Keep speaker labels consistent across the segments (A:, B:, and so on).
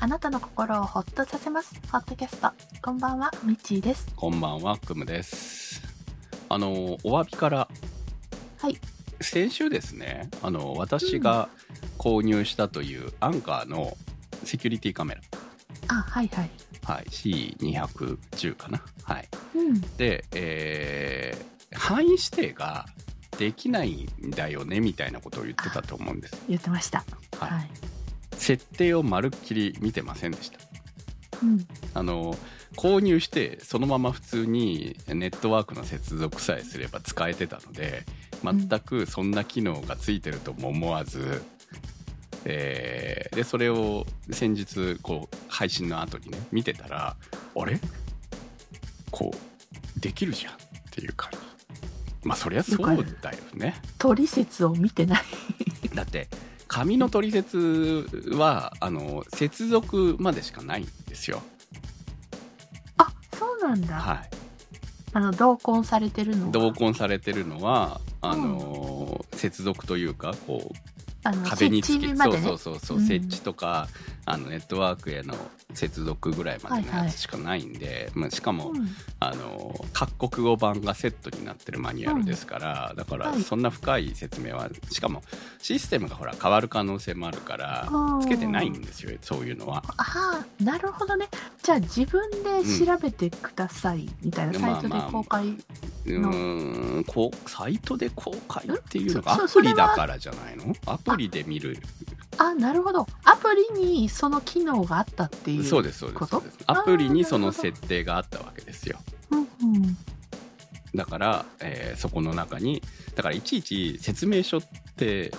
A: あなたの心をほっとさせます。ホットキャスト。こんばんは、みちーです。
B: こんばんは、くむです。あの、お詫びから、
A: はい。
B: 先週ですね、あの、私が購入したというアンカーのセキュリティカメ
A: あ、はいはい。
B: ラ、はい、C210 かな。はい。
A: うん。
B: で、えー範囲指定ができないんだよね、みたいなことを言ってたと思うんです。
A: 言ってました。
B: はい
A: はい。
B: 設定をまるっきり見てませんでした。
A: うん。
B: あの購入してそのまま普通にネットワークの接続さえすれば使えてたので全くそんな機能がついてるとも思わず、えーでそれを先日こう配信の後にね見てたらあれこうできるじゃんっていう感じまあそりゃそうだよね
A: 取説を見てない。
B: だって紙の取説はあの接続までしかないんですよ
A: あ、そうなんだ。
B: はい
A: あの、同梱されてるのが。
B: 同梱されてるのはあのー接続というかこう
A: あの、
B: 壁につ
A: 設置
B: け
A: ま
B: そう
A: でね。
B: そうそうそう、
A: うん
B: 設置とかあのネットワークへの接続ぐらいまでのやつしかないんで、まあ、しかも、
A: うん。
B: あのー各国語版がセットになってるマニュアルですから、だか
A: は
B: ら
A: い
B: そんな深い説明はしかもシステムがほら変わる可能性もあるから
A: あー
B: つけてないんですよそういうのは。
A: ああ、なるほどね。じゃあ自分で調べてください、みたいな、サイトで公開。
B: うーんこうサイトで公開っていうのが
A: んそ
B: ア
A: そ
B: プ
A: れ
B: リ
A: は
B: だからじゃないのアプリで見る
A: あ、なるほど。アプリにその機能があったっていう。
B: そう
A: で
B: ですそうで
A: こ
B: す
A: と
B: そうですアプリにその設定があったわけですよ
A: す。うんうん。
B: だから、えーそこの中にだからいちいち説明書って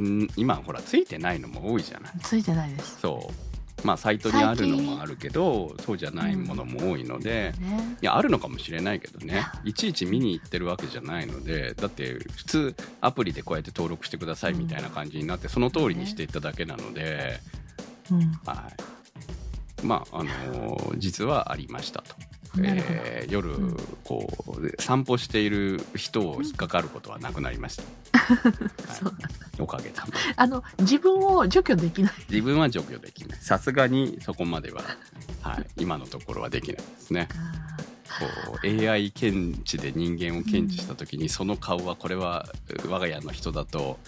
B: ん今ほらついてないのも多いじゃない
A: ついてないです。
B: そうまあサイトにあるのもあるけどそうじゃないものも多いので、
A: ね。
B: いやあるのかもしれないけどねいちいち見に行ってるわけじゃないのでだって普通アプリでこうやって登録してくださいみたいな感じになって、その通りにしていっただけなので、
A: うん。
B: はい、まああの ー実はありましたと。
A: なるほど。
B: えー夜
A: うん
B: こう散歩している人を引っかかることはなくなりました、はい
A: そう
B: おかげさ まで
A: あの自分を除去できない。
B: 自分は除去できないさすがにそこまでは、はい、今のところはできないですねこう AI 検知で人間を検知した時に、その顔はこれは我が家の人だと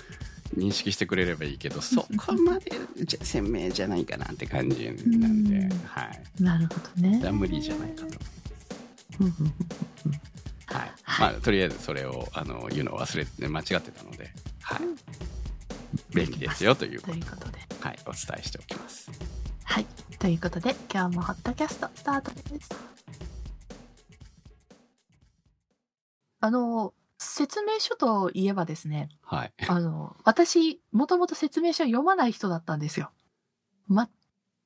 B: 認識してくれればいいけどそこまでじゃ鮮明じゃないかなって感じなんで、
A: うん
B: はい、
A: なるほどね
B: それは無理じゃないかと思います。
A: うんうんうん
B: はい、まあとりあえずそれをあの言うのを忘れて間違ってたので、はい、便利ですよという
A: と
B: こ
A: いう
B: とを
A: ことで、
B: はい、お伝えしておきます。
A: はい、ということで今日もホットキャストスタートです。あの説明書といえばです ね、
B: はい、
A: あの私もともと説明書読まない人だったんですよ。ま、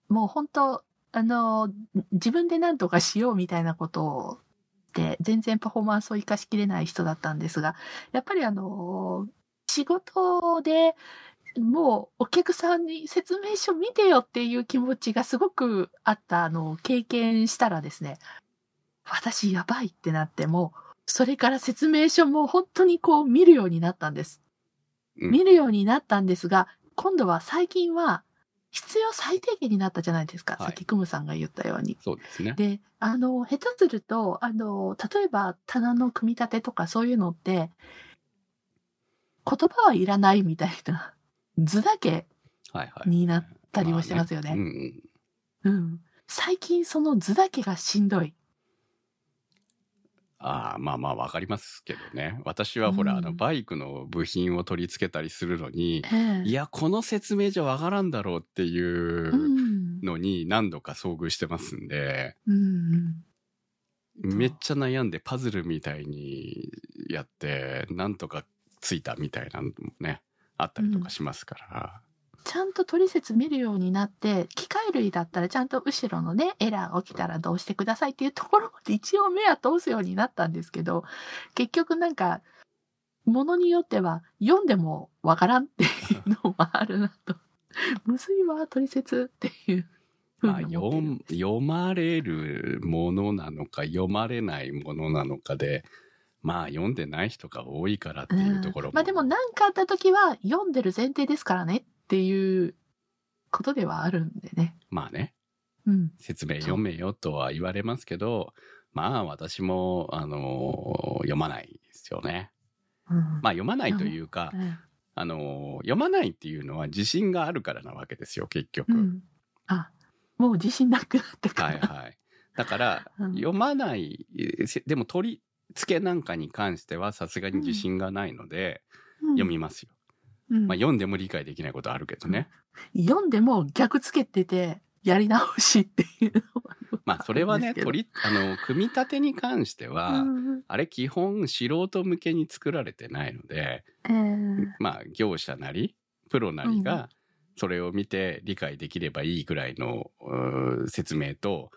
A: もう本当あの自分で何とかしようみたいなことをで全然パフォーマンスを生かしきれない人だったんですがやっぱりあの仕事でもうお客さんに説明書見てよっていう気持ちがすごくあったのを経験したらですね私やばいってなってもうそれから説明書も本当にこう見るようになったんです。
B: うん
A: 見るようになったんですが今度は最近は必要最低限になったじゃないですか、
B: はい
A: さっきクムさんが言ったように。
B: そうですね。
A: で、あの、下手すると、あの、例えば棚の組み立てとかそういうのって、言葉はいらないみたいな 図だけ
B: はいはい。
A: になったりもしてますよね。
B: あうんうん、
A: うん。最近その図だけがしんどい。
B: ああまあまあわかりますけどね。私はほら、
A: うん
B: あのバイクの部品を取り付けたりするのに、
A: ええ。
B: いやこの説明じゃわからんだろうっていううんのに何度か遭遇してますんで。
A: うん。
B: めっちゃ悩んでパズルみたいにやってなんとかついたみたいなのもねあったりとかしますから、
A: ちゃんと取説見るようになって、機械類だったらちゃんと後ろのね、エラーが起きたらどうしてくださいっていうところまで一応目は通すようになったんですけど、結局なんか、ものによっては読んでもわからんっていうのもあるなと。 むずいわ、取説っていうふう
B: まあ、
A: に思ってるん
B: 読
A: です。
B: 読まれるものなのか読まれないものなのかでまあ読んでない人が多いからっていうところも、
A: うんまあでも何かあった時は読んでる前提ですからねっていうことではあるんでね。
B: まあね。
A: うん。
B: 説明読めよとは言われますけど、まあ私も、あのー読まないですよね。
A: うん
B: まあ読まないというか
A: う、ん
B: あのー読まないっていうのは自信があるからなわけですよ、結局。
A: うん。あ、もう自信なくなってか
B: はい
A: ら。
B: はい。だから、
A: うん
B: 読まない、えせでも取り付けなんかに関してはさすがに自信がないので、読みますよ。
A: うん、
B: まあ
A: うん
B: 読んでも理解できないことあるけどね。
A: 読んでも逆つけてて、やり直しっていうのは。
B: まあそれは
A: で
B: ね、
A: すけど
B: 取り、あの、組み立てに関しては、
A: うん
B: あれ基本素人向けに作られてないので、
A: えー
B: まあ業者なりプロなりがそれを見て理解できればいいぐらいのうー説明と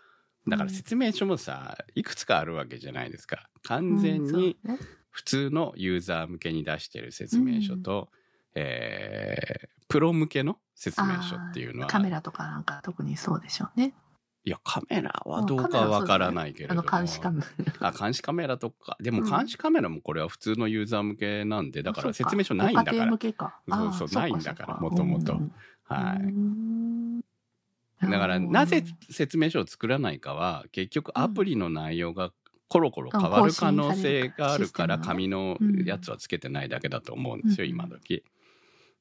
B: だから説明書もさいくつかあるわけじゃないですか完全
A: う
B: に
A: んそうね
B: 普通のユーザー向けに出してる説明書と、えープロ向けの説明書っていうの
A: あ
B: は
A: ーカメラとかなんか特にそうでしょうね。
B: いやカメラはどうかわからないけれ
A: あ
B: ども
A: の監視カメラ。
B: あ監視カメラとかでも
A: うん
B: 監視カメラもこれは普通のユーザー向けなんでだから説明書ないんだか
A: ご家
B: ら
A: 庭向けか。あー
B: そうそ
A: っ
B: うないんだから元々は。
A: はいい。
B: だから、なぜ説明書を作らないかは、結局アプリの内容がコロコロ変わる可能性があるか
A: う
B: ら、
A: ん更
B: 紙
A: 新
B: の
A: れるからシステムがね
B: やつはつけてないだけだと思うんですよ、
A: うん
B: 今時。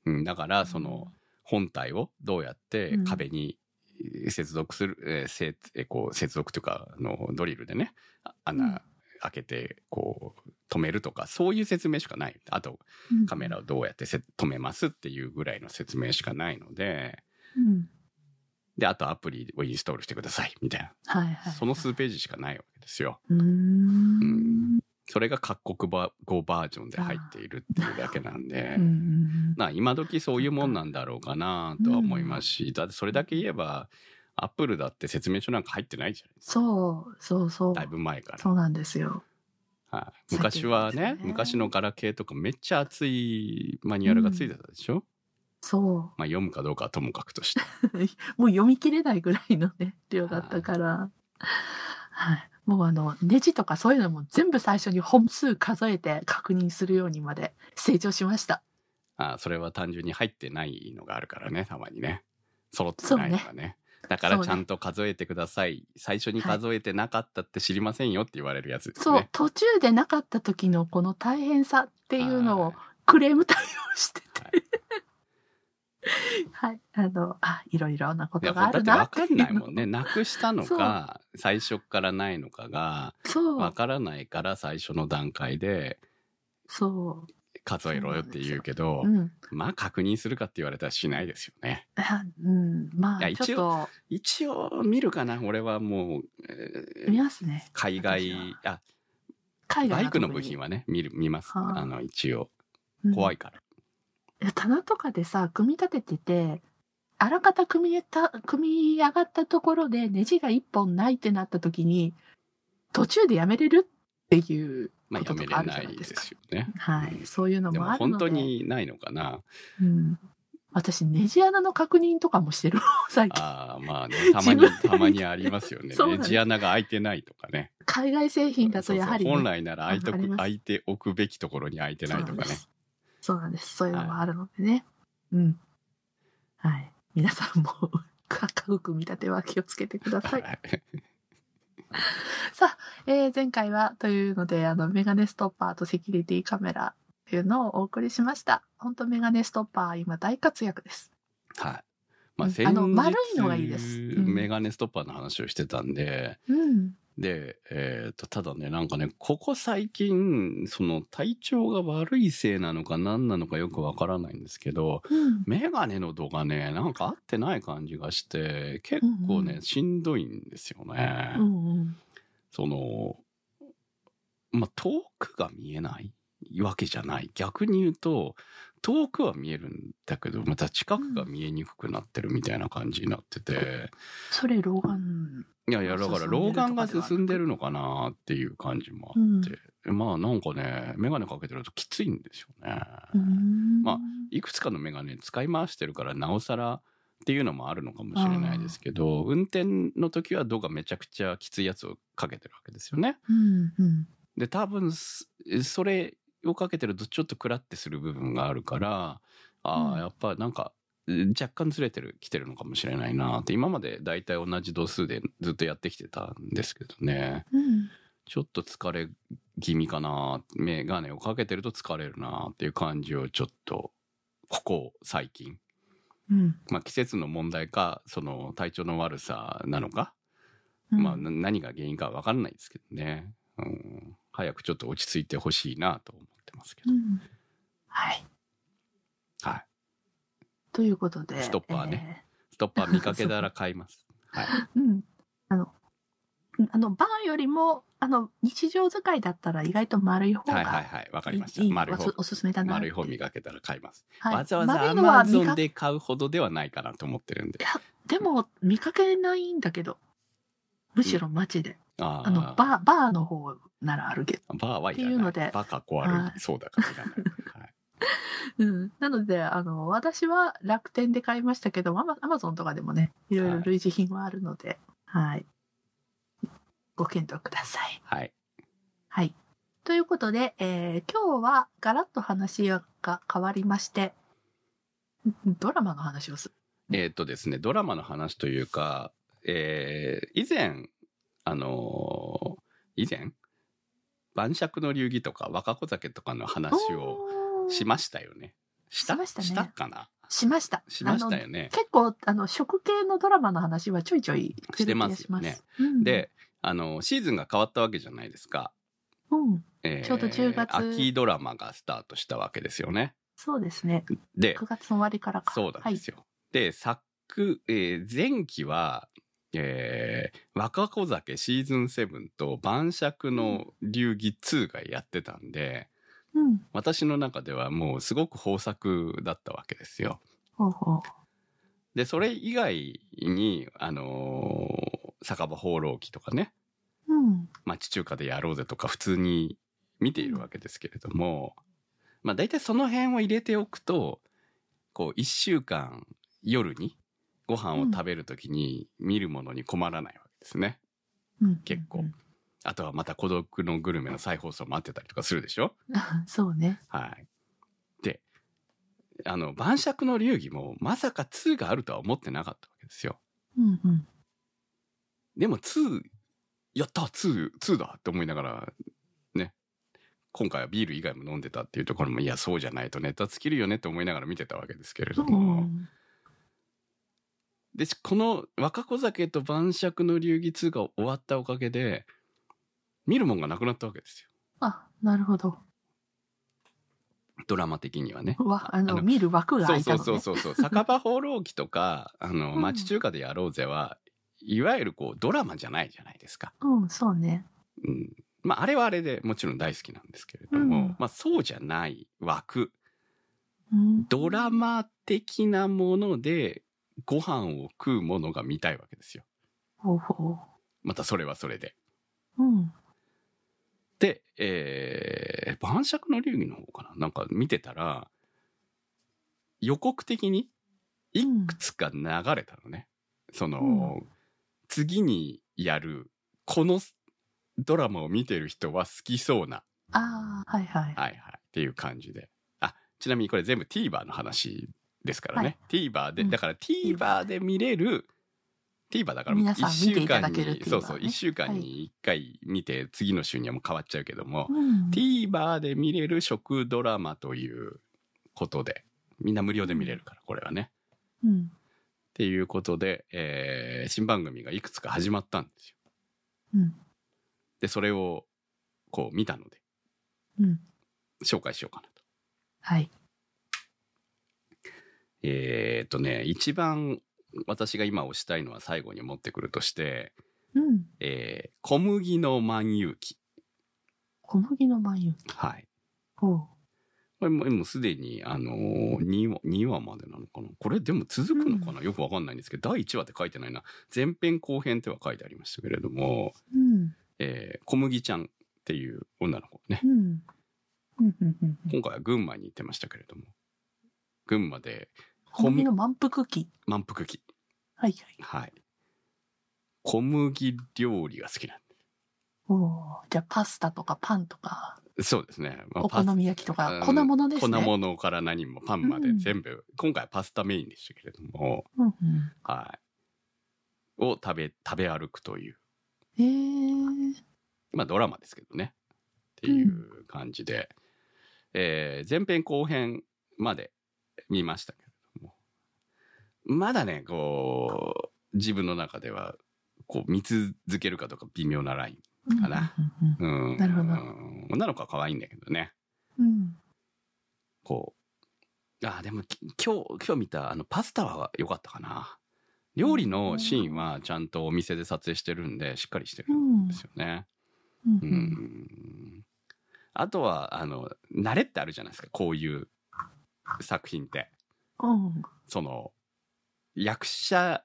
B: うん、だから、その、本体をどうやって
A: うん
B: 壁にえー接続する、えーせえーこう接続というか、あの、ドリルでね、あ
A: うん
B: 穴開けて、こう、止めるとか、そういう説明しかない。あと、カメラをどうやってせ止めますっていうぐらいの説明しかないので、
A: うん。
B: で、あとアプリをインストールしてください、みたい
A: はいはいは
B: な。
A: い。
B: その数ページしかないわけですよ。
A: うーん。
B: それが各国ば語バージョンで入っているっていうだけなんで
A: う、ん
B: な今時そういうもんなんだろうかなとは思いますし、だってそれだけ言えば、アップルだって説明書なんか入ってないじゃないです
A: そう、そうそう
B: か。だ。いぶ前から。
A: そうなんですよ。
B: はい、昔は
A: そうで
B: ね
A: すね
B: 昔のガラケーとかめっちゃ熱いマニュアルがついてたでしょ、
A: そう。
B: まあ読むかどうかはともかくと して。
A: もう読み切れないぐらいのね、量だったから。はい。もうあの、ネジとかそういうのも全部最初に本数数えて確認するようにまで成長しました。
B: ああそれは単純に入ってないのがあるからねたまにね揃ってないのが
A: そ
B: ねだから
A: そう
B: ち
A: ね
B: ゃんと数えてください、最初に数えてなかったって知りませんよって言われるやつです
A: そう、
B: ね、
A: 途中でなかった時のこの大変さっていうの
B: は
A: をクレーム対応してて、
B: はい
A: はい。あの、あ、いろいろなこ
B: いや
A: とが
B: だ
A: あ
B: って
A: るなっ
B: 分か
A: てい
B: ん
A: う
B: ないも
A: の
B: んねなくしたのか最初からないのかが
A: そう
B: 分、からないから最初の段階で
A: そ
B: 数えろよって言うけど
A: う。うん。
B: まあ確認するかって言われたらしないですよね
A: あうん、ま
B: いや
A: あ、
B: 一応
A: ちょっと、
B: 一応見るかな俺はもう、えー
A: 見ますね。
B: 海外
A: 私は
B: あ
A: 海外
B: バイクの
A: 特
B: 部
A: に
B: 品はね見る見ます
A: はあ
B: あの一応
A: うん
B: 怖いから。
A: 棚とかでさ組み立てててあらかた組みた組み上がったところでネジが1本ないってなった時に途中でやめれるっていう
B: まあ、
A: こと
B: やめ
A: とかあ
B: れ
A: るじゃ
B: な
A: ない
B: い
A: で
B: です
A: か。
B: すよね。
A: はい、そういうの
B: で
A: も
B: も
A: あるので
B: 本当にないのかな。
A: うん、私ネジ穴の確認とかもしてる 最近
B: ああ、まあね、たま に
A: 自分、で
B: たまにありますよ ね。
A: そうなん
B: ね
A: です
B: 地穴が開いてないとかね。
A: 海外製品だとやはり、ね、
B: そうそう本来なら開いと
A: あり
B: く、
A: ます
B: 開いておくべきところに開いてないとかね。
A: そうなんです。そうなんですそういうのもあるのでね。うん。はい。皆さんも、 家具組み立ては気をつけてください。さあ、えー前回はというので、あの、メガネストッパーとセキュリティカメラというのをお送りしました。本当メガネストッパー、今大活躍です。
B: はい。ま
A: う
B: あ、
A: ん
B: 先
A: あ
B: 日
A: の丸いのがいいですうん
B: メガネストッパーの話をしてたんで、
A: うん。
B: で、えっ、と、ただね、なんかね、ここ最近、その体調が悪いせいなのか何なのかよくわからないんですけど、
A: うん。
B: メガネの度がね、なんか合ってない感じがして、結構ね、
A: うんうん
B: しんどいんですよね。
A: うんうん。
B: その、まあ、遠くが見えないわけじゃない。逆に言うと、遠くは見えるんだけど、また近くが見えにくくなってるみたいな感じになってて、
A: それ、老眼。
B: いやいや、だから
A: 進んでる
B: 老
A: とかでは
B: 眼
A: な
B: が
A: く
B: 進んでるのかなっていう感じもあって、まあなんかね、メガネかけてるときついんですよね。
A: うん。
B: まあいくつかのメガネ使い回してるからなおさらっていうのもあるのかもしれないですけど運転の時は度がめちゃくちゃきついやつをかけてるわけですよね。
A: うんうん。
B: で多分すそれをかけてるとちょっとくらってする部分があるからああ、
A: うん
B: やっぱなんか若干ずれてる、来てるのかもしれないなって、今までだいたい同じ度数でずっとやってきてたんですけどね。
A: うん。
B: ちょっと疲れ気味かなメガネをかけてると疲れるなっていう感じをちょっと、ここ最近。
A: うん。
B: まあ季節の問題か、その体調の悪さなのか、
A: うん
B: まあな何が原因かわからないですけどね。うん。早くちょっと落ち着いてほしいなと思ってますけ
A: う
B: ど。
A: ん。はい。
B: はい。
A: ということで。
B: ストッパーねストッパー見かけたら買 います。はい。
A: えー。うん。あの、あの、バーよりも、あの、日常使いだったら意外と丸い方
B: はいはい
A: が
B: はい。わかりました
A: いい。
B: 丸い
A: お
B: 方
A: す。おすすめだな。
B: 丸い方見かけたら買います。
A: はい
B: わざわざ
A: 丸
B: ア
A: いのは
B: マ
A: 見
B: ゾン
A: か
B: で買うほどではないかなと思ってるんで。
A: でも、見かけないんだけど。むしろ街で。
B: あ
A: あの、
B: ー
A: バー、バーの方ならあるけど。
B: バーはい
A: っていうの
B: らない。
A: で
B: バカ壊れ
A: は
B: そうだからいらない。はい
A: うん。なので、あの、私は楽天で買いましたけど、アマアマゾンとかでもね、いろいろ類似品はあるので、はい。ご検討ください。
B: はい。
A: はい。ということで、えー今日はガラッと話が変わりまして、んドラマの話をする。
B: えっ、とですね、ドラマの話というか、えー、以前、あのー以前、晩酌の流儀とか若子酒とかの話を
A: おー
B: しましたよね。した
A: しましたね
B: かな
A: しました。
B: しまし
A: あ
B: た
A: の
B: よね。
A: 結構、あの、食系のドラマの話はちょいちょい
B: してますよね
A: しますうん、
B: で、あの、シーズンが変わったわけじゃないですか。
A: うん、
B: えー
A: ちょうど10月
B: 秋ドラマがスタートしたわけですよね。
A: そうですね。
B: で
A: 9、月の終わりからか。
B: そうなんですよ。で、作、えー前期は、えー若子酒シーズン7と晩酌の流儀2がやってたんで、
A: はい。うん。
B: 私の中ではもうすごく豊作だったわけですよ。
A: ほうほう。
B: で、それ以外に、あのー酒場放浪記とかね、
A: うん。
B: 町中華でやろうぜとか普通に見ているわけですけれども、まあ大体その辺を入れておくと、こう一週間夜にご飯を食べるときに見るものに困らないわけですね。
A: うん
B: 結構
A: うん
B: あとはまた孤独のグルメの再放送もあってたりとかするでしょ
A: うん そうね。
B: はい。で、あの、晩酌の流儀もまさか2があるとは思ってなかったわけですよ。
A: うんうん。
B: でも2、やった !2、2だって思いながら、ね。今回はビール以外も飲んでたっていうところも、いや、そうじゃないとネタ尽きるよねって思いながら見てたわけですけれ
A: そ
B: ど
A: う。
B: も。で、この若子酒と晩酌の流儀2が終わったおかげで、見るもんがなくなったわけですよ。
A: あ、なるほど。
B: ドラマ的にはね。
A: わ、あの、
B: あの
A: 見る枠が
B: そ
A: 空
B: う
A: いた
B: そう
A: の
B: そう
A: ね。
B: そう そう。酒場放浪記とか、あの、
A: うん
B: 町中華でやろうぜは、いわゆるこう、ドラマじゃないじゃないですか。
A: うん、そうね。
B: うん。まあ、あれはあれでもちろん大好きなんですけれども、
A: うん
B: まあ、そうじゃない枠、
A: うん
B: ドラマ的なもので、ご飯を食うものが見たいわけですよ。
A: ほうほ
B: またそれはそれで。
A: う。うん。
B: で、えー、晩酌の流儀の方かななんか見てたら、予告的にいくつか流れたのね。その、次にやる、このドラマを見てる人は好きそうな、
A: ああ、はいはい。
B: はいはい、っていう感じで。あ、ちなみにこれ全部 TVer の話ですからね。TVer で、
A: うん
B: だから TVer で見れる、TVer だから
A: 皆さん
B: 1週
A: 見ていた
B: 間
A: だける
B: に、
A: TVer
B: そうそう、
A: ね
B: 1週間に1回見て、次の週にはもう変わっちゃうけども、
A: うん。
B: TVer で見れる食ドラマということで、みんな無料で見れるから、これはね。
A: うん。
B: っていうことで、えー新番組がいくつか始まったんですよ。
A: うん。
B: で、それを、こう見たので、
A: うん。
B: 紹介しようかなと。
A: はい。
B: えーっとね、一番私が今推したいのは最後に持ってくるとして、
A: うん。
B: えー小麦の万有機。
A: 小麦の万有。
B: はい。
A: ほう。
B: これももうすでに、あのー、2話、2話までなのかなこれでも続くのかな、よくわかんないんですけど、第1話って書いてないな。前編後編っては書いてありましたけれども、
A: うん。
B: えー小麦ちゃんっていう女の子ね、
A: うん。うん。うん。うん。
B: 今回は群馬に行ってましたけれども、群馬で
A: 小
B: 小
A: 麦
B: 麦
A: の満腹期。
B: 満腹期。
A: はいはい。
B: はい。小麦料理が好きなんで
A: おお。じゃあ、パスタとかパンとか。
B: そうですね。まあ
A: お好み焼きと
B: うん
A: か、粉物ですね。
B: 粉物から何もパンまで
A: うん
B: 全部、今回はパスタメインでしたけれども、
A: うんうん
B: はい。を食べ、食べ歩くという、
A: えー
B: まあドラマですけどね。っていう感じで、えー前編後編まで見ましたけれども、まだね、こう、自分の中では、こう見続けるかどうか微妙なライン。
A: うん
B: かな
A: うんうん
B: うん。
A: なるほど
B: うん女の子は可愛いんだけどね。
A: うん
B: こう。あ、でもき今日、今日見たあのパスタは良かったかな。料理のシーンはちゃんとお店で撮影してるんで、しっかりしてるんですよね。
A: うん
B: う。
A: うんん
B: あとは、あの、慣れってあるじゃないですか、こういう作品って。
A: うん
B: その、役者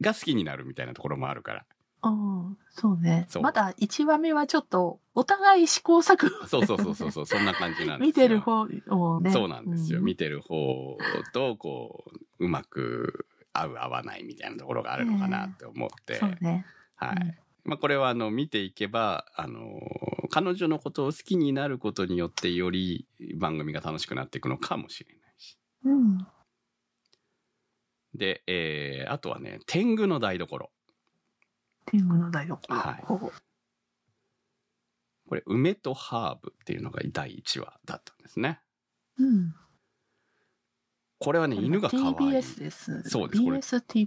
B: が好きになるみたいなところもあるから。
A: うんそうね
B: そう
A: まだ1話目はちょっとお互い試行錯誤
B: そうそうそうそうそう、そんな感じなんで すよ。
A: 見てる方をね
B: そうなんですよ。
A: う
B: 見てる方と、こう、うまく合う合わないみたいなところがあるのかなって思って、
A: そうね
B: は
A: う
B: い
A: ん。
B: まあ、これは、あの、見ていけば、あの、彼女のことを好きになることによって、より番組が楽しくなっていくのかもしれないし。
A: うん
B: で、えー、あとはね、天狗の台所。
A: 天狗の台所
B: はい
A: ほ
B: これ、梅とハーブっていうのが第1話だったんですね。
A: ううん
B: これはね、犬が可愛い。
A: TBS です
B: そうですこれ
A: BSTBS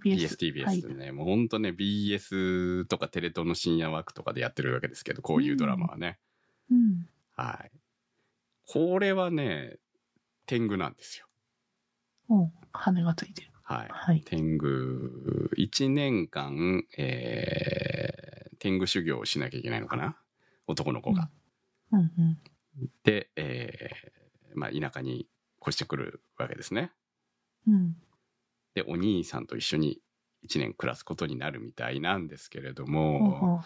B: BSTBS ね、もうほんとね BS とかテレ東の深夜枠とかでやってるわけですけどこういうドラマはね、
A: うん
B: はいこれはね天狗なんですよ
A: うん羽がついてる
B: はい、
A: はい
B: 天狗1年間、えー天狗修行をしなきゃいけないのかな男の子が、
A: うんうん
B: で、えーまあ、田舎に越してくるわけですね
A: うん
B: でお兄さんと一緒に1年暮らすことになるみたいなんですけれど
A: ほう
B: も、
A: ほう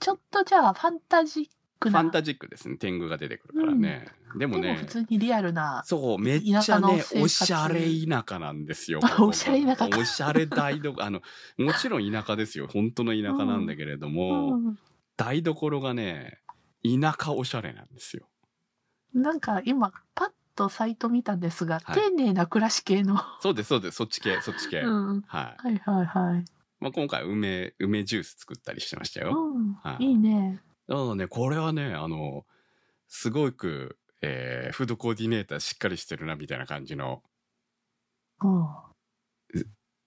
A: ちょっとじゃあファンタジック
B: フ
A: な
B: ァンタジックですね。天狗が出てくるからね。でも
A: でも
B: ね
A: 普、通にリアルな
B: そう、めっ
A: 田
B: ちゃ
A: 舎の
B: ね
A: 生、活
B: おしゃれ田舎なんですよ。
A: あおしゃれ田舎
B: おしゃれ台所。あの、もちろん田舎ですよ。本当の田舎なんだけれども、
A: うん
B: 台所がね、田舎おしゃれなんですよ。
A: なんか今パッとサイト見たんですが、
B: はい
A: 丁寧な暮らし系の、
B: そうです、そうです。そっち系、そっち系。
A: うん、
B: はい。
A: はいはいはい、
B: まあ、今回、梅、梅ジュース作ったりしてましたよ。
A: うん
B: はい
A: いいね
B: なのでね、これはね、あの、すごく、えーフードコーディネーターしっかりしてるな、みたいな感じの。
A: うん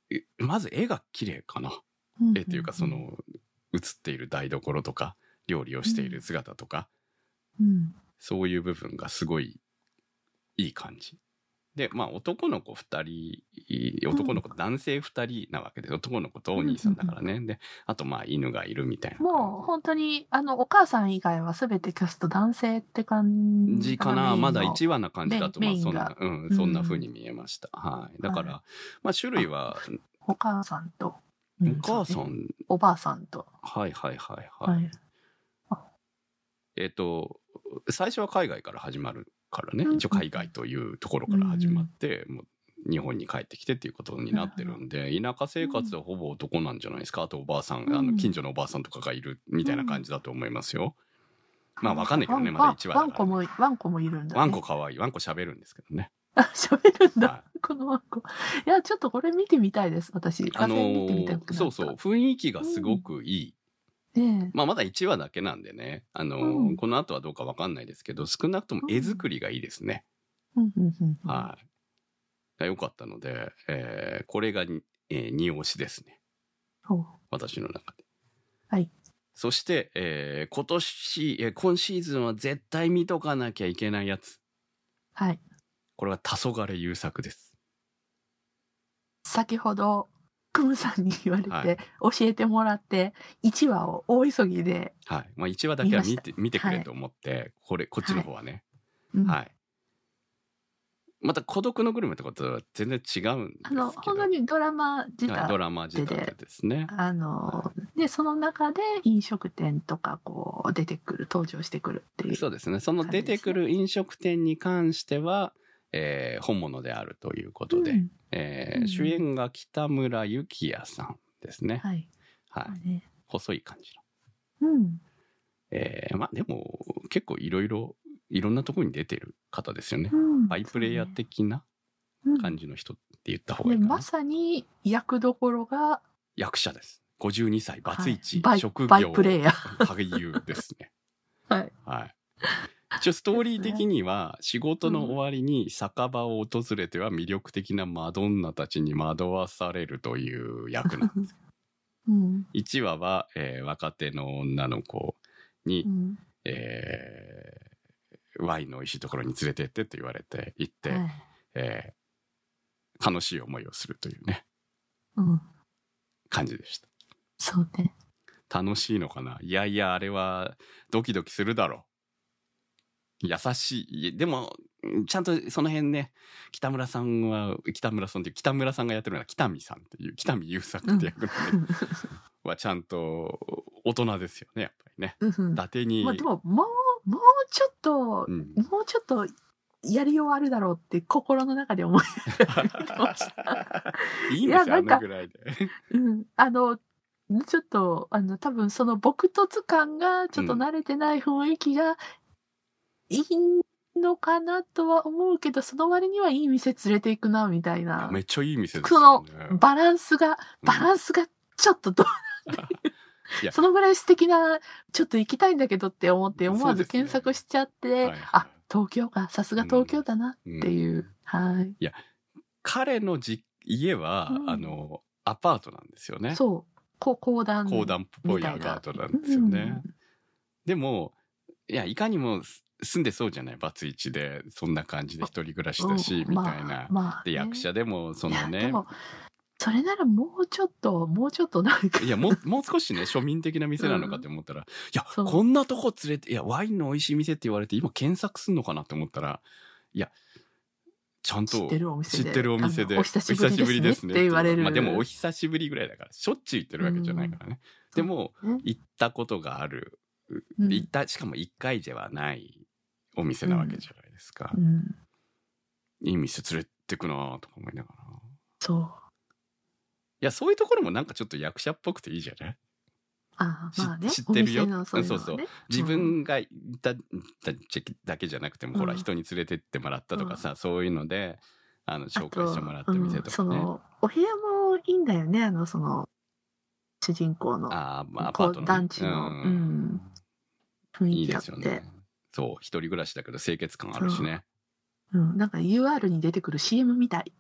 B: えまず絵が綺麗かな。
A: うん
B: 絵っていうかその映っている台所とか料理をしている姿とか、
A: うん
B: そういう部分がすごいいい感じ。でまあ男の子2人
A: ん
B: 男の子男性2人なわけで男の子とお兄さんだからね、であとまあ犬がいるみたいな感じ
A: もう本当にあのお母さん以外は全てキャスト男性って感
B: じ
A: じ
B: かなまだ1
A: 話
B: 話な感じだと
A: メ
B: まあ
A: イン
B: そんな、う
A: う
B: ん、
A: ん
B: そんな風に見えました、はいだから、
A: は
B: まあ種類は
A: お母さんと、う
B: お母さ
A: そ
B: ん、
A: うねおばあさんと
B: はいはいはいは
A: は
B: い、
A: い、
B: えっ、と、最初は海外から始まるからね
A: う、ん
B: 一応海外というところから始まって、もう日本に帰ってきてっていうことになってるんで、田舎生活はほぼ男なんじゃないですか。あとおばあさん、あ
A: う
B: の、
A: ん
B: 近所のおばあさんとかがいるみたいな感じだと思いますよ。まあわかんないけど
A: ワ
B: ね、
A: ン
B: まだ1
A: ワ
B: 話
A: ン
B: だ
A: コ
B: から。
A: もワンコもいるんだ、ね、
B: ワンコ可愛い。ワンコ喋るんですけどね。
A: あ喋るんだ、
B: は
A: このワンコいやちょっとこれ見てみたいです私
B: あの
A: 画面見てみたくなっ
B: ー
A: た
B: そうそう、雰囲気がすごくいい。
A: ねえ
B: まあまだ1話だけなんでね、あのー
A: うん
B: この後はどうかわかんないですけど、少なくとも絵作りがいいですね。
A: うんうんうんうん
B: はい。良かったので、えーこれがに、えー二押しですね。
A: そう
B: 私の中で。
A: はい。
B: そして、えー今年、えー今シーズンは絶対見とかなきゃいけないやつ。
A: はい。
B: これは黄昏優作です。
A: 先ほど、クムさんに言われて、
B: はい
A: 教えてもらって、1話を大急ぎで、
B: はい。まあ、1話だけは見て、見てくれ
A: はい
B: と思って、これ、こっちの方はね。
A: うん
B: はい。また、孤独のグルメってことは全然違うんです
A: あ
B: けど。
A: の、本当にドラマ自
B: はいド
A: 体、
B: ラマ自体でですね。
A: あの、で、その中で飲食店とか、こう、出てくる、登場してくるっていう。
B: そうですね。その出てくる飲食店に関しては、えー本物であるということで、
A: うん
B: えー
A: うん
B: 主演が北村幸也さんですね。
A: はい。
B: はい。
A: ね
B: 細い感じの。
A: うん。
B: えーまあでも、結構いろいろいろんなところに出てる方ですよね。パイプレイヤー的な感じの人って言った方がいい
A: で
B: かな
A: ま。さに役どころが
B: 役者です。52歳、バツイチ、
A: はいバイ
B: 職業、
A: バイプレイヤー。
B: 俳優ですね。
A: はい。
B: はい。一応ストーリー的には仕事の終わりに酒場を訪れては魅力的なマドンナたちに惑わされるという役なん です。
A: うん。
B: 1話は、えー若手の女の子に、
A: うん
B: えーワインの美味しいところに連れてってと言われて行って、
A: はい
B: えー楽しい思いをするというね、
A: うん。
B: 感じでした。
A: そうね。
B: 楽しいのかないやいや、あれはドキドキするだろう。優しいいや。でも、うんちゃんとその辺ね、北村さんは、北村さんっていう、北村さんがやってるのは北見さんっていう、北見優作って役のね、はちゃんと大人ですよね、やっぱりね。
A: うん
B: 伊達に、
A: まあでも、もう、もうちょっと
B: う、ん、
A: もうちょっと、やりようあるだろうって心の中で思い、
B: いいんですよ
A: いやなんか
B: あのぐらいで。
A: うん、あの、ちょっと、あの、多分その撲突感が、ちょっと慣れてない雰囲気が、いいのかなとは思うけど、その割にはいい店連れて行くな、みたいな。
B: めっちゃいい店です
A: そ
B: よ
A: の
B: ね。
A: バランスが、バ
B: ン
A: ランスがちょっとどう
B: いや
A: そのぐらい素敵な、ちょっと行きたいんだけどって思って、思わ
B: そう
A: ず
B: ですね
A: 検索しちゃって、
B: はいはい
A: あ、東京か、さすが東京だなっていう、はい。
B: 彼のじ家は、
A: うん
B: あの、アパートなんですよね。
A: そう、こう、講談。
B: 高段っぽいアパートなんですよね。でも、いや、いかにもす住んでそうじゃない、バツイチで、そんな感じで一人暮らしだし、
A: うん
B: みたいな。
A: まあ
B: で、役者でも、そ
A: の
B: の
A: で
B: ね、
A: も、それならもうちょっと、もうちょっとなんか、
B: いや、も う、もう少しね、庶民的な店なのかって思ったら、いや、
A: そう
B: こんなとこ連れて、いや、ワインの美味しい店って言われて、今検索すんのかなって思ったら、いや、ちゃんと、
A: 知ってるお店で。
B: 知ってるお店で
A: あのお久しぶりですねって言われる。
B: まあでもお久しぶりぐらいだからしょっちゅう行ってるわけじゃないからね、
A: うん
B: でも
A: そうね
B: 行ったことがある、
A: うん
B: 行ったしかも1回ではないお店なわけじゃないですか、
A: うん、
B: いい店連れてくなとか思いながら
A: そう。
B: いやそういうところもなんかちょっと役者っぽくていいじゃない
A: あまあね、
B: 知知ってるよ
A: お店のそういうのはね
B: そうそ自分が行っただだけじゃなくても、ほら
A: うん
B: 人に連れてってもらったとかさ、そういうのであの紹介してもらった店と
A: あと
B: か
A: うん
B: ね、
A: そのお部屋もいいんだよねあのその主人公の
B: あーまあアパ
A: こ
B: ート
A: う
B: のね
A: 団地の、うん雰
B: い
A: 囲気
B: いで
A: あっ
B: す
A: て
B: よね。そう、一人暮らしだけど清潔感あるしね。
A: うん、なんか UR に出てくる CM み たい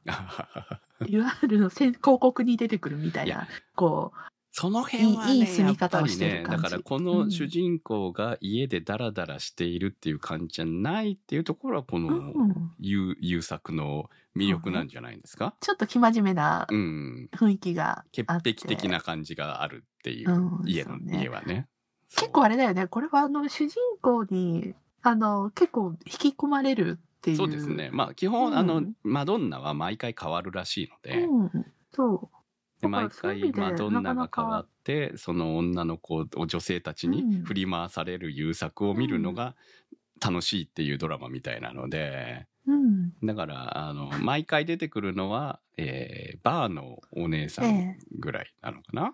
A: UR のせん広告に出てくるみたい
B: い
A: な
B: や
A: こ
B: その辺はね、
A: いいいい住み方をして
B: やっ
A: る
B: ぱ
A: 感
B: りね、
A: じ
B: だからこの主人公が家でダラダラしているっていう感じじゃないっていうところは、こ
A: う、う
B: の
A: ん、
B: 優優作の魅力なんじゃないですか。
A: ちょっと生真面目な
B: うん。
A: 雰囲気が
B: 潔
A: あって
B: 癖的な感じがあるっていううん家の、
A: そうね
B: 家はね。そう
A: 結構あれだよねこれはあの主人公にあの結構引き込まれるっていう
B: そうですね。まあ基本、
A: うん
B: あの、マドンナは毎回変わるらしいので、
A: うんそだ
B: で
A: か
B: 毎
A: らそういう
B: 回
A: 意味で
B: マドン
A: なか
B: ナが
A: なか
B: 変わってその女の子を女性たちに
A: うん
B: 振り回される優作を見るのが楽しいっていうドラマみたいなので
A: ううん
B: だからあの毎回出てくるのは、えーバーのお姉さん
A: ええ
B: ぐらいなのかな、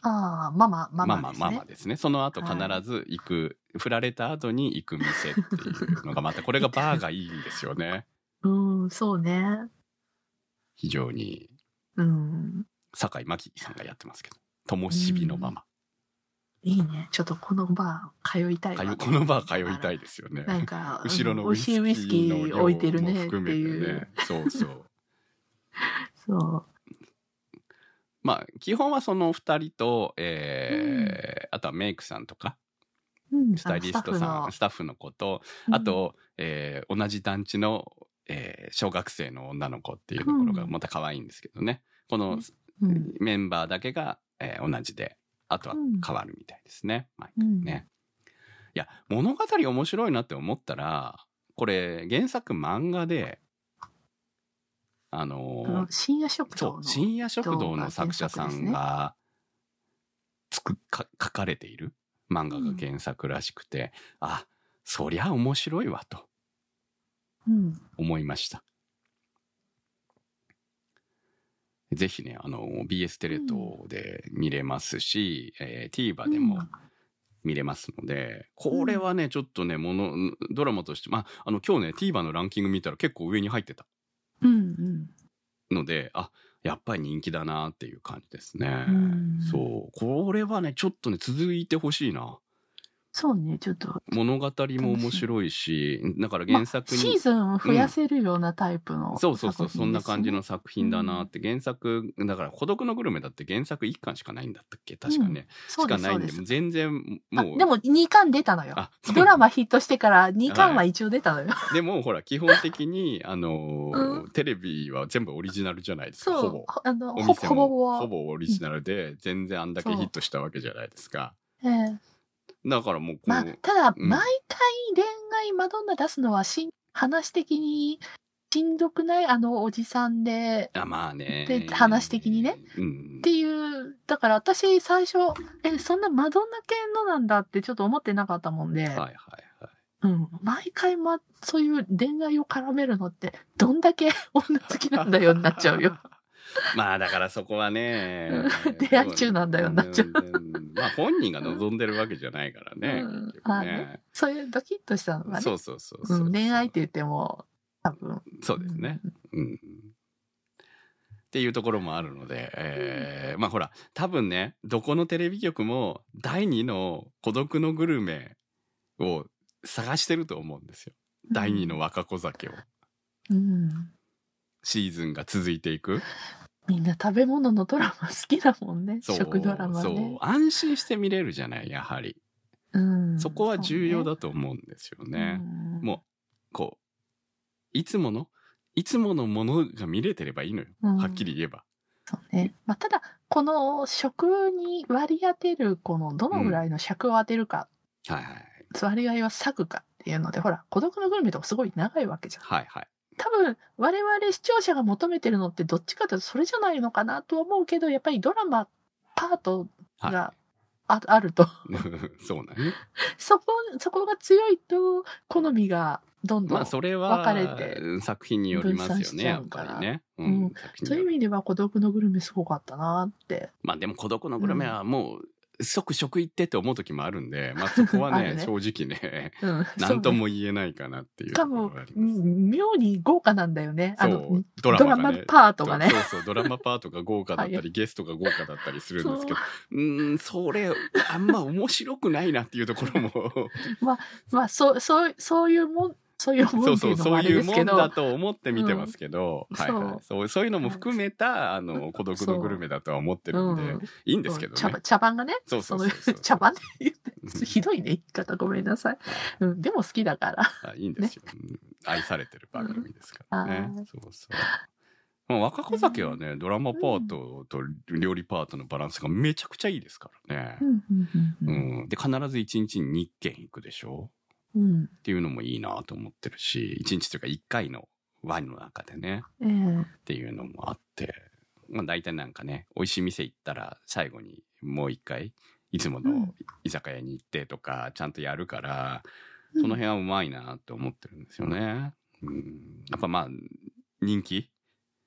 A: ああマママ
B: ま
A: マ
B: あまあ
A: です
B: まあ
A: ね
B: まあですねその後必ず行く、振られた後に行く店っていうのがまたこれがバーがいいんですよね
A: うん、そうね。
B: 非常に
A: うん。
B: 酒井真紀さんがやってますけど「ともしびのママ
A: いいね。ちょっとこのバー通いたい」わ
B: 通このバー通いたいですよね。
A: なんか、
B: 後ろの
A: 美味しいウイスキ
B: の量
A: ー
B: も
A: 置いてるねって
B: 含めて
A: いう。。
B: そうそう。
A: そう。
B: まあ、基本はその二人と、えーあとはメイクさんとか、
A: うん
B: スタイリストさん、スタッフの子と、あ、と、えー同じ団地の、えー小学生の女の子っていうところが
A: うん
B: また可愛いんですけどね。この
A: うんうん
B: メンバーだけが、えー同じで、あとは変わるみたいですね。まあ
A: うん
B: ね。いや、物語面白いなって思ったら、これ、原作漫画で、あの
A: あ
B: ー
A: の深夜食
B: そ
A: 堂の。
B: う、深夜食堂の作者さんが、つく、か、書かれている漫画が原作らしくて、あ、そりゃ面白いわ、と
A: うん。
B: 思いました。ぜひね、あの、BS テレ東で見れますし、えー TVer でも見れますので、これはね、ちょっとね、もの、ドラマとして、まあ、あの、今日ね、TVer のランキング見たら結構上に入ってた
A: うん
B: ので、あ、やっぱり人気だなっていう感じですね
A: う。ん。うん。
B: そう。これはね、ちょっとね、続いてほしいな。
A: そうね、ちょっと。
B: 物語も面白いし、だから原作
A: まあシ
B: に
A: ー。ズンを増やせるようなタイプの
B: そうそうそう、
A: 作
B: そ
A: 品
B: ん
A: で
B: な
A: すね
B: 感じの作品だなって、原作、だから、孤独のグルメだって原作1巻しかないんだったっけ確かね。
A: そう
B: し
A: で
B: か
A: す
B: ない
A: そうんで
B: で、
A: す
B: 全然、
A: あ
B: もう。
A: でも2巻出たのよ
B: あそう
A: ドラマヒットしてから2巻は一応出たのよ、
B: でもほら基本的にあのー、
A: う
B: テレビは全部オリジナルじゃないですか
A: そ
B: ほ
A: う
B: ぼ
A: あの
B: お
A: ほ
B: 店
A: ほ
B: も
A: ぼ
B: ほぼオリジナルで全然あんだけヒットしたわけじゃないですか
A: ええ
B: だからもうこの、
A: まあただ
B: うん
A: 毎回恋愛マドンナ出すのはしん話的にしんどくないあのおじさんで
B: あまあね
A: で話的にね、
B: うん
A: っていうだから私最初えそんなマドンナ系のなんだってちょっと思ってなかったもんで、
B: はいはいはい
A: うん、毎回、ま、そういう恋愛を絡めるのってどんだけ女好きなんだよになっちゃうよ
B: まあだからそこはね
A: うん出会い中なんだよなっちゃう
B: うんまあ本人が望んでるわけじゃないから ね、
A: うん
B: 結局
A: あ
B: ね
A: ねそういうドキッとしたのがね
B: そうそうそうそう、
A: うん、恋愛って言っても多分
B: そうですね、うんっていうところもあるので、えーまあほら多分ねどこのテレビ局も第2の「孤独のグルメ」を探してると思うんですよ第2の若子酒を
A: うん
B: シーズンが続いていく
A: みんな食べ物のドラマ好きだもんね
B: そう
A: 食ドラマ
B: そう
A: ね
B: 安心して見れるじゃないやはり
A: うん
B: そこは重要
A: だ
B: だと思うんですよね、もうこういつものいつものものが見れてればいいのよ、
A: うん
B: はっきり言えば
A: そうね、まあ、ただこの食に割り当てるこのどのぐらいの尺を当てるか、
B: はいはい
A: 割り合いは割くかっていうのでほら孤独のグルメとかすごい長いわけじゃん
B: はいはい
A: 多分我々視聴者が求めてるのってどっちかというとそれじゃないのかなとは思うけどやっぱりドラマパート
B: はい
A: があ,、あると
B: そうなんね。
A: そこそこが強いと好みがどんどん、
B: まあそれは
A: 分かれて
B: うん作品によりま
A: 分
B: す
A: 散
B: よ
A: し
B: ね、
A: ち
B: や
A: ゃ
B: っ
A: うか
B: ぱ
A: ら
B: りね。う、
A: うん
B: 作
A: そう
B: 品
A: いう
B: によ
A: 意
B: る
A: 味では孤独のグルメすごかったなって
B: まあでも孤独のグルメはもう即食行ってって思う時もあるんで、まあそこ は
A: あ
B: ね
A: るね
B: 正直ね、
A: うん
B: 何とも言えないかなっていう
A: しか
B: ところ
A: も
B: があり
A: う
B: ます。
A: ん妙に豪華なんだよねあ
B: そ
A: の
B: うドラマ
A: ドラ
B: がね
A: マパートがね
B: そうそうドラマパートが豪華だった
A: は
B: りゲストが豪華だったりするんですけど
A: そう
B: ーんそれあんま面白くないなっていうところも
A: まあそうそうそういうもんそういうも
B: そ
A: ん
B: う
A: って
B: そ
A: いううの
B: そ
A: も
B: う
A: あれ
B: い
A: で
B: う
A: す
B: も
A: け
B: ん
A: ど
B: だと思って見てますけど、
A: うん
B: はいはい、そうそういうのも含めたあの孤独のグルメだとは思ってるんで、
A: うん
B: いいんですけど
A: 茶
B: ね
A: 番。茶番がね
B: そうそ
A: そうの
B: そうそう
A: 茶番で言って
B: うん
A: ひどいね言い方ごめんなさい、うん、でも好きだから
B: あいいんですよ、うん愛されてる番組ですからね。
A: うん
B: そうそう。まあ、若子酒はね、ドラマパートと料理パートのバランスがめちゃくちゃいいですからね。う、
A: うん
B: で必ず1日に2軒行くでしょ
A: ん
B: っていうのもいいなと思ってるし1日というか1回の輪の中でね
A: ええ
B: っていうのもあって、まあ、大体なんかね美味しい店行ったら最後にもう一回いつも
A: う
B: の
A: ん
B: 居酒屋に行ってとかちゃんとやるから、
A: うん
B: その辺はうまいなって思ってるんですよね。うん、やっぱまあ人気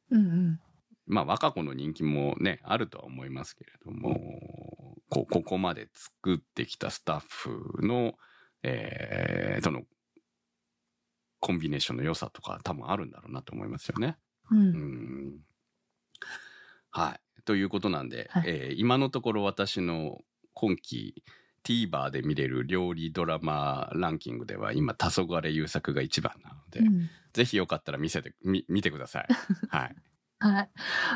A: うんうん
B: まあ若子の人気もねあるとは思いますけれどもこここまで作ってきたスタッフの、えーとのコンビネーションの良さとか多分あるんだろうなと思いますよね。
A: う
B: うんんはい。ということなんで、
A: はい
B: えー今のところ私の今期 TVer で見れる料理ドラマランキングでは今、黄昏優作が一番なので、
A: うん
B: ぜひよかったら見せて、み見てください。 はい。
A: はい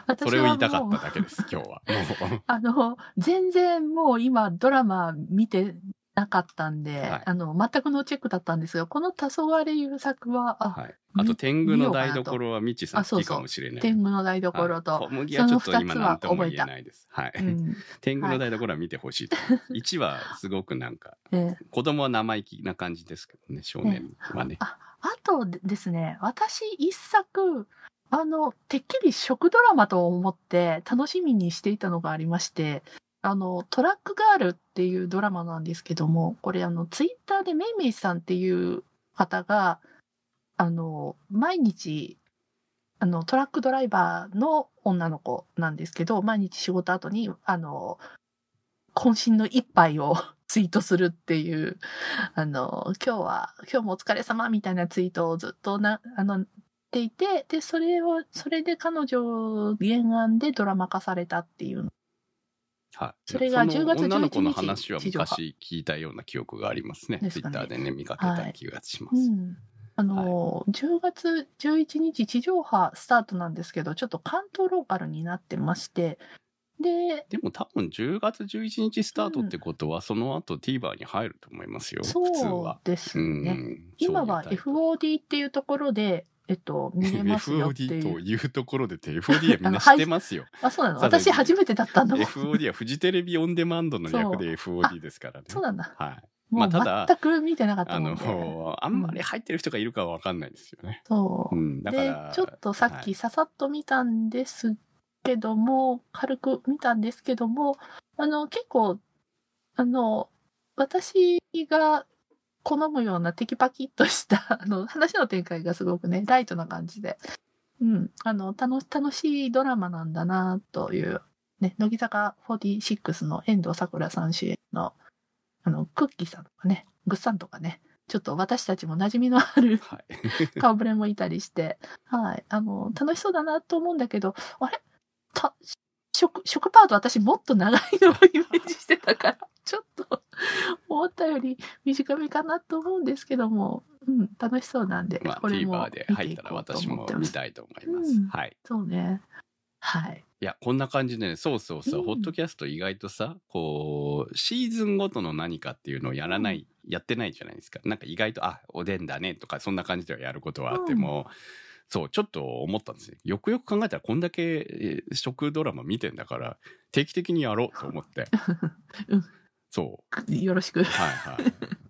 A: 私
B: そ
A: は
B: れを言いたかっ
A: も
B: た
A: う
B: だけ です、今日は。も
A: あの全然もう今ドラマ見てなかったんで、
B: はい
A: あの全くのチェックだったんですがこの「黄昏優作は」
B: う。
A: あ
B: はい。あと、
A: み
B: 天狗の台所はみちさん
A: あそ
B: 好
A: う
B: き
A: そう
B: かもしれない。
A: 天狗の台所と、
B: はい小麦はちょっと今
A: その二つは
B: 何とも
A: 覚え
B: 言え
A: た
B: ないです。はい。
A: うん
B: 天狗の台所は見てほしいと思い ます。1はすごくなんか
A: ええ
B: 子供は生意気な感じですけどね少年はね。
A: ああとでですね私一作あのてっきり食ドラマと思って楽しみにしていたのがありましてあのトラックガールっていうドラマなんですけどもこれあのツイッターでめいめいさんっていう方があの毎日あのトラックドライバーの女の子なんですけど毎日仕事後にあの渾身の一杯をツイートするっていう、あの、今日は、今日もお疲れ様みたいなツイートをずっとな、あの、っていて、で、それを、それで彼女原案でドラマ化されたっていうの。
B: はい。
A: それが
B: の
A: 10月11日
B: 女の子の話は
A: 地上波
B: 昔聞いたような記憶がありますね。
A: です
B: ツイ
A: か
B: ッ
A: ね
B: ターでね、見かけた気がします。
A: うん。あの、10月11日地上波スタートなんですけど、ちょっと関東ローカルになってまして、で、
B: でも多分10月11日スタートってことは、その後 TVer に入ると思いますよ、普通
A: そう
B: は。
A: です
B: う
A: ね。
B: ん、
A: 今は FOD っていうところで、えっと、見れますよって
B: FOD
A: い
B: と
A: う。
B: いうところでって FOD はみんな知ってます よ。
A: あ、そうなの
B: さらに
A: 私初めてだったの。
B: FOD はフジテレビオンデマンドの略で FOD ですからね。
A: そうなんだ。
B: はい。ま
A: も
B: あ
A: う
B: ただ
A: 全く見てなかった
B: あ
A: もんで。
B: の、あんまり入ってる人がいるかはわかんないですよね。
A: そう
B: う。ん、だか
A: で
B: ら。
A: ちょっとさっきささっと見たんですけども、軽く見たんですけどもあの結構あの私が好むようなテキパキっとした あの話の展開がすごくねライトな感じで、うん、あの楽楽しいドラマなんだなという、ね、乃木坂46の遠藤さくらさん主演のあのクッキーさんとかねグッさんとかねちょっと私たちも馴染みのある
B: はい。はい
A: 顔ぶれもいたりして、はい、あの、楽しそうだなと思うんだけど、あれた、食、食パート私もっと長いのをイメージしてたから、 ちょっと、思ったより短めかなと思うんですけども、うん、楽しそうなんで、
B: まあ、
A: これも
B: TVer で
A: 見て
B: 入っ
A: い
B: たら
A: こうと
B: 私
A: 思
B: も
A: ってま
B: 見
A: す。
B: たいと思います。
A: うん
B: はい。
A: そうね。はい。
B: いや、こんな感じでね、そうそうさ、
A: うん
B: ホットキャスト意外とさ、こう、シーズンごとの何かっていうのをやらない、やってないじゃないですか。なんか意外と、あ、おでんだねとか、そんな感じではやることはあっても、そう、ちょっと思ったんですよ。よくよく考えたら、こんだけ、えー食ドラマ見てんだから、定期的にやろうと思って。
A: うん
B: そう。
A: よろしく。
B: はいはい。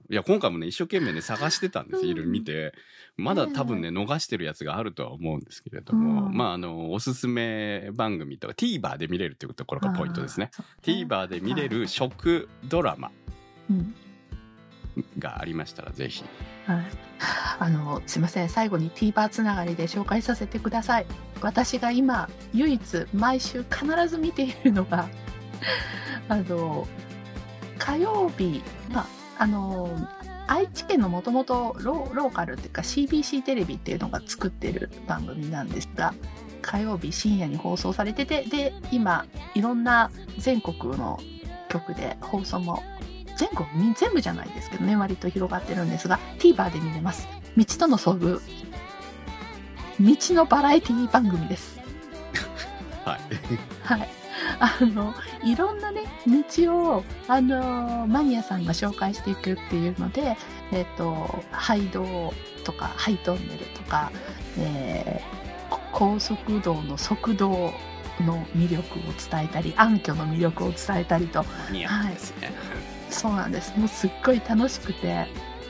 B: いや今回もね一生懸命ね探してたんです
A: うん
B: いろいろ見てまだ多分ね逃してるやつがあるとは思うんですけれども、
A: うん
B: まああのおすすめ番組とか TVer で見れるっていうところがポイントですね
A: あー。
B: TVer で見れる食ドラマ
A: うん。
B: がありましたらぜひ
A: はい。あの、すいません。最後に TVer つながりで紹介させてください。私が今、唯一、毎週必ず見ているのが、 あの、火曜日、まあ、あの、愛知県のもともとローローカルっていうか CBC テレビっていうのが作ってる番組なんですが、火曜日深夜に放送されてて、で、今、いろんな全国の局で放送も全国に全部じゃないですけどね割と広がってるんですが TVer で見れます道との遭遇道のバラエティ番組です
B: はい
A: はいあのいろんなね道をあのマニアさんが紹介していくっていうのでえっ、と廃道とかハイトンネルとか、えーこ高速道の速道の魅力を伝えたり暗渠の魅力を伝えたりと
B: マニアックですね、
A: そうなんです。もうすっごい楽しくて。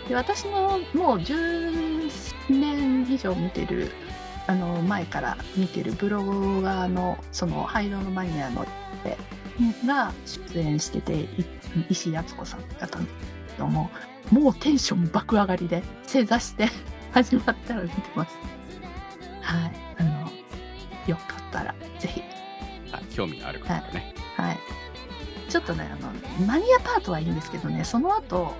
A: で、私のもう10年以上見てる、あの、前から見てるブロガーの、その、ハイローのマニアの、えが出演してて、い石井敦子さんだったんですけども、もうテンション爆上がりで、正座して 始まったら見てます。はい。あの、よかったら、ぜひ
B: はい興味のある方はね、
A: はい。ちょっとね、あの、マニアパートはいいんですけどね、その後、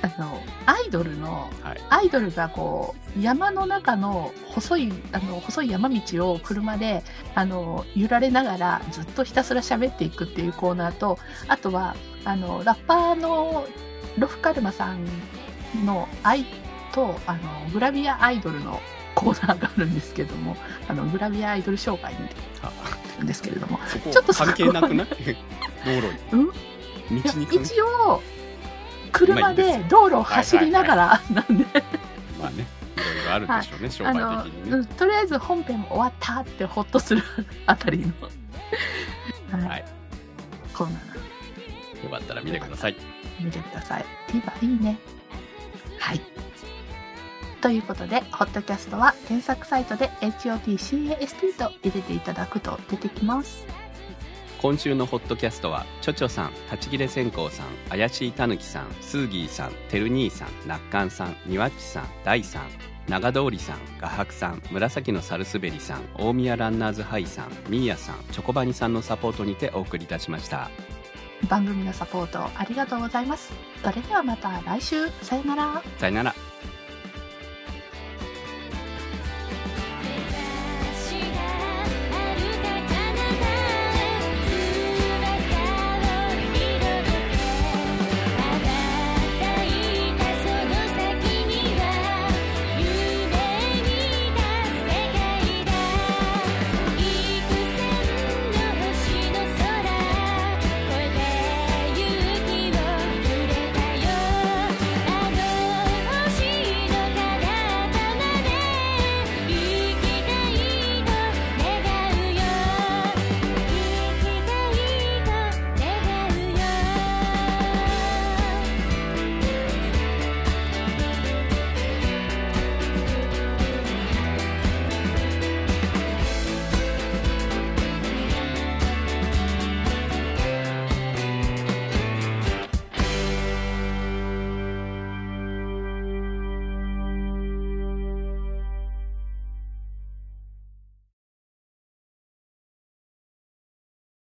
A: あの、アイドルの、
B: はい
A: アイドルがこう、山の中の細い、あの、細い山道を車で、あの、揺られながらずっとひたすら喋っていくっていうコーナーと、あとは、あの、ラッパーのロフカルマさんの愛と、あの、グラビアアイドルのコーナーがあるんですけども、あの、グラビアアイドル紹介みたい
B: あ
A: なのなんですけれども、
B: そこ
A: ちょっとそこ
B: 関
A: は
B: 係なくない 道路に、
A: うん
B: 道に
A: いや
B: 関係
A: 一応車で道路を走りながらなんで
B: まあねいろいろあるでしょうね、商
A: あ
B: 売
A: の
B: 的に
A: う
B: ね
A: んとりあえず本編終わったってほっとするあたりの、
B: は
A: はいい、コーナーなんで
B: よかったら見てください
A: 見てください TVer いいねはいということで、ホットキャストは検索サイトで HOTCAST と入れていただくと出てきます。
B: 今週のホットキャストはチョチョさん立ち切れ線香さん怪しいたぬきさんスーギーさんてる兄さんなっかんさんにわっちさん大さん長通りさん画伯さん紫のサルスベリさん大宮ランナーズハイさんミーヤさんチョコバニさんのサポートにてお送りいたしました
A: 番組のサポートありがとうございます。それではまた来週。さよなら。
B: さよなら。